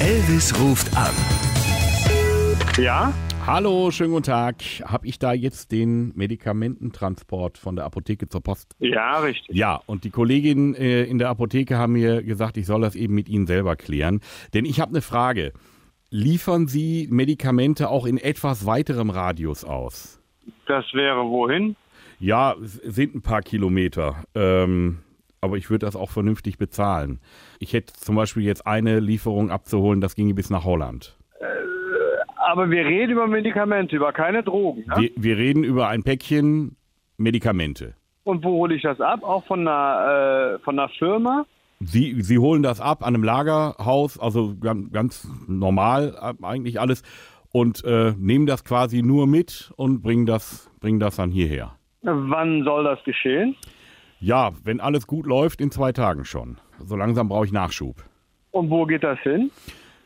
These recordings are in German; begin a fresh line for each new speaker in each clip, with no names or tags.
Elvis ruft an.
Ja,
Hallo, schönen guten Tag. Habe ich da jetzt den Medikamententransport von der Apotheke zur Post?
ja, richtig.
Ja, und die Kolleginnen äh, in der Apotheke haben mir gesagt, ich soll das eben mit Ihnen selber klären. Denn ich habe eine Frage. Liefern Sie Medikamente auch in etwas weiterem Radius aus?
Das wäre wohin?
Ja, es sind ein paar Kilometer. Ähm, aber ich würde das auch vernünftig bezahlen. Ich hätte zum Beispiel jetzt eine Lieferung abzuholen, das ginge bis nach Holland.
Aber wir reden über Medikamente, über keine Drogen. Ne?
Wir, wir reden über ein Päckchen Medikamente.
Und wo hole ich das ab? Auch von einer, äh, von einer Firma?
Sie, sie holen das ab an einem Lagerhaus, also ganz, ganz normal äh, eigentlich alles, und äh, nehmen das quasi nur mit und bringen das, bringen das dann hierher.
Wann soll das geschehen?
Ja, wenn alles gut läuft, in zwei Tagen schon. So langsam brauche ich Nachschub.
Und wo geht das hin?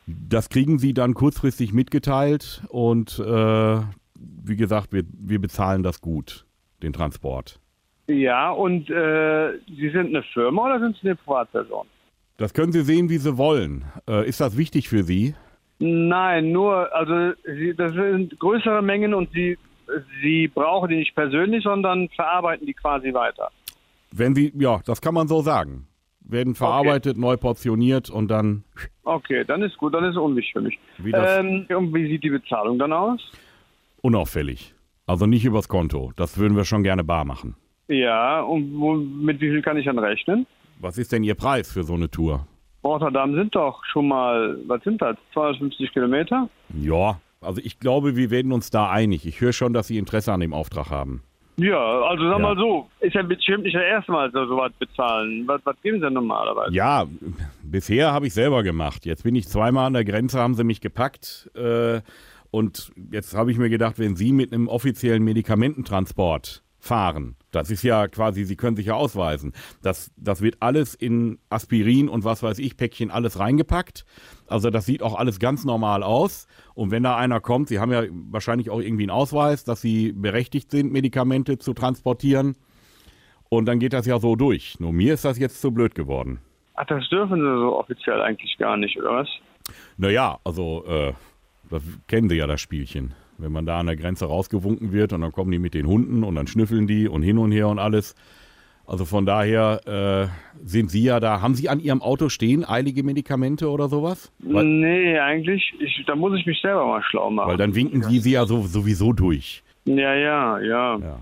Das kriegen sie dann kurzfristig mitgeteilt und äh, wie gesagt, wir, wir bezahlen das gut, den Transport.
Ja, und äh, Sie sind eine Firma oder sind Sie eine Privatperson?
Das können Sie sehen, wie Sie wollen. Äh, ist das wichtig für Sie?
Nein, nur, also Sie, das sind größere Mengen und Sie, Sie brauchen die nicht persönlich, sondern verarbeiten die quasi weiter.
Wenn Sie, ja, das kann man so sagen. Werden verarbeitet, neu portioniert und dann
Okay, dann ist gut, dann ist es unwichtig für mich.
Wie das-
Ähm, und wie sieht die Bezahlung dann aus?
unauffällig. Also nicht übers Konto. Das würden wir schon gerne bar machen.
Ja, und wo, mit wie viel kann ich dann rechnen?
Was ist denn Ihr Preis für so eine Tour?
Rotterdam sind doch schon mal, was sind das, 250 Kilometer?
Ja, also ich glaube, wir werden uns da einig. Ich höre schon, dass Sie Interesse an dem Auftrag haben.
Ja, also
Ja.
sag mal so, ist ja bestimmt nicht das erste Mal, dass wir sowas bezahlen. Was, was geben sie denn normalerweise?
Ja, bisher habe ich selber gemacht. Jetzt bin ich zweimal an der Grenze, haben sie mich gepackt. Äh, und jetzt habe ich mir gedacht, wenn Sie mit einem offiziellen Medikamententransport fahren, das ist ja quasi, Sie können sich ja ausweisen. Das, das wird alles in Aspirin und was weiß ich, Päckchen, alles reingepackt. Also das sieht auch alles ganz normal aus. Und wenn da einer kommt, Sie haben ja wahrscheinlich auch irgendwie einen Ausweis, dass Sie berechtigt sind, Medikamente zu transportieren. Und dann geht das ja so durch. Nur mir ist das jetzt zu blöd geworden.
Ach, das dürfen sie so offiziell eigentlich gar nicht, oder was?
Naja, also, äh, das kennen Sie ja das Spielchen. Wenn man da an der Grenze rausgewunken wird und dann kommen die mit den Hunden und dann schnüffeln die und hin und her und alles. Also von daher äh, sind Sie ja da. Haben Sie an Ihrem Auto stehen eilige Medikamente oder sowas? Weil,
Nee, eigentlich, ich, da muss ich mich selber mal schlau
weil
machen.
dann winken Sie sie ja so, sowieso durch.
Ja, ja, ja,
Ja.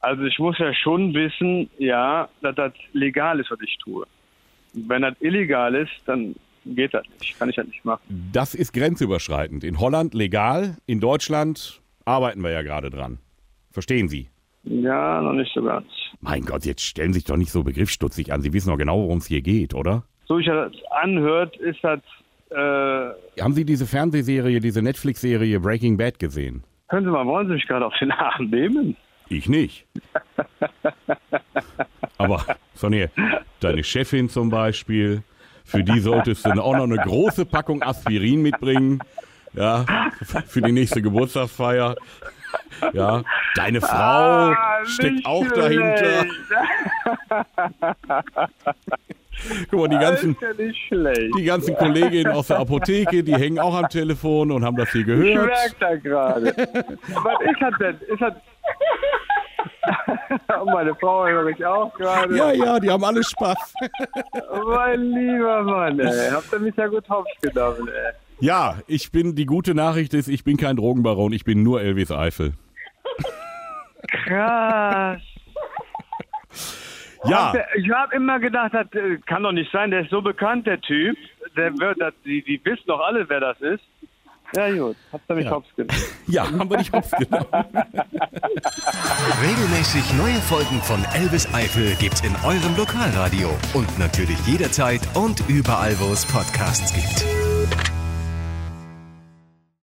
Also ich muss ja schon wissen, ja, dass das legal ist, was ich tue. Wenn das illegal ist, dann geht das nicht, kann ich das nicht machen.
Das ist grenzüberschreitend. In Holland legal, in Deutschland arbeiten wir ja gerade dran. Verstehen Sie?
Ja, noch nicht so ganz.
Mein Gott, jetzt stellen Sie sich doch nicht so begriffsstutzig an. Sie wissen doch genau, worum es hier geht, oder?
So wie ich das anhört, ist das, äh,
Haben Sie diese Fernsehserie, diese Netflix-Serie Breaking Bad gesehen?
hören Sie mal, wollen Sie mich gerade auf den Arm nehmen?
Ich nicht. Aber, Sonny, deine Chefin zum Beispiel, für die solltest du dann auch noch eine große Packung Aspirin mitbringen. Ja, für die nächste Geburtstagsfeier. Ja, deine Frau steckt
Ah, nicht
auch dahinter.
schlecht.
Guck mal, die
Das
ganzen,
ist ja nicht schlecht.
die ganzen Kolleginnen aus der Apotheke, die hängen auch am Telefon und haben das hier
Ich
gehört.
merke da gerade. Was ist das denn? Ist das... Und meine Frau höre ich auch gerade.
Ja, ja, die haben alle Spaß.
Mein lieber Mann, ey. Habt ihr mich ja gut hops genommen, ey.
Ja, ich bin, die gute Nachricht ist, ich bin kein Drogenbaron, ich bin nur Elvis Eifel.
Krass.
Ja,
Der- Ich habe immer gedacht, das äh, kann doch nicht sein, der ist so bekannt, der Typ. Der wird, das, die, die wissen doch alle, wer das ist. Ja gut, habt ihr mich
Ja.
hops genommen.
ja, haben wir dich hops genommen.
Regelmäßig neue Folgen von Elvis Eifel gibt's in eurem Lokalradio und natürlich jederzeit und überall, wo es Podcasts gibt.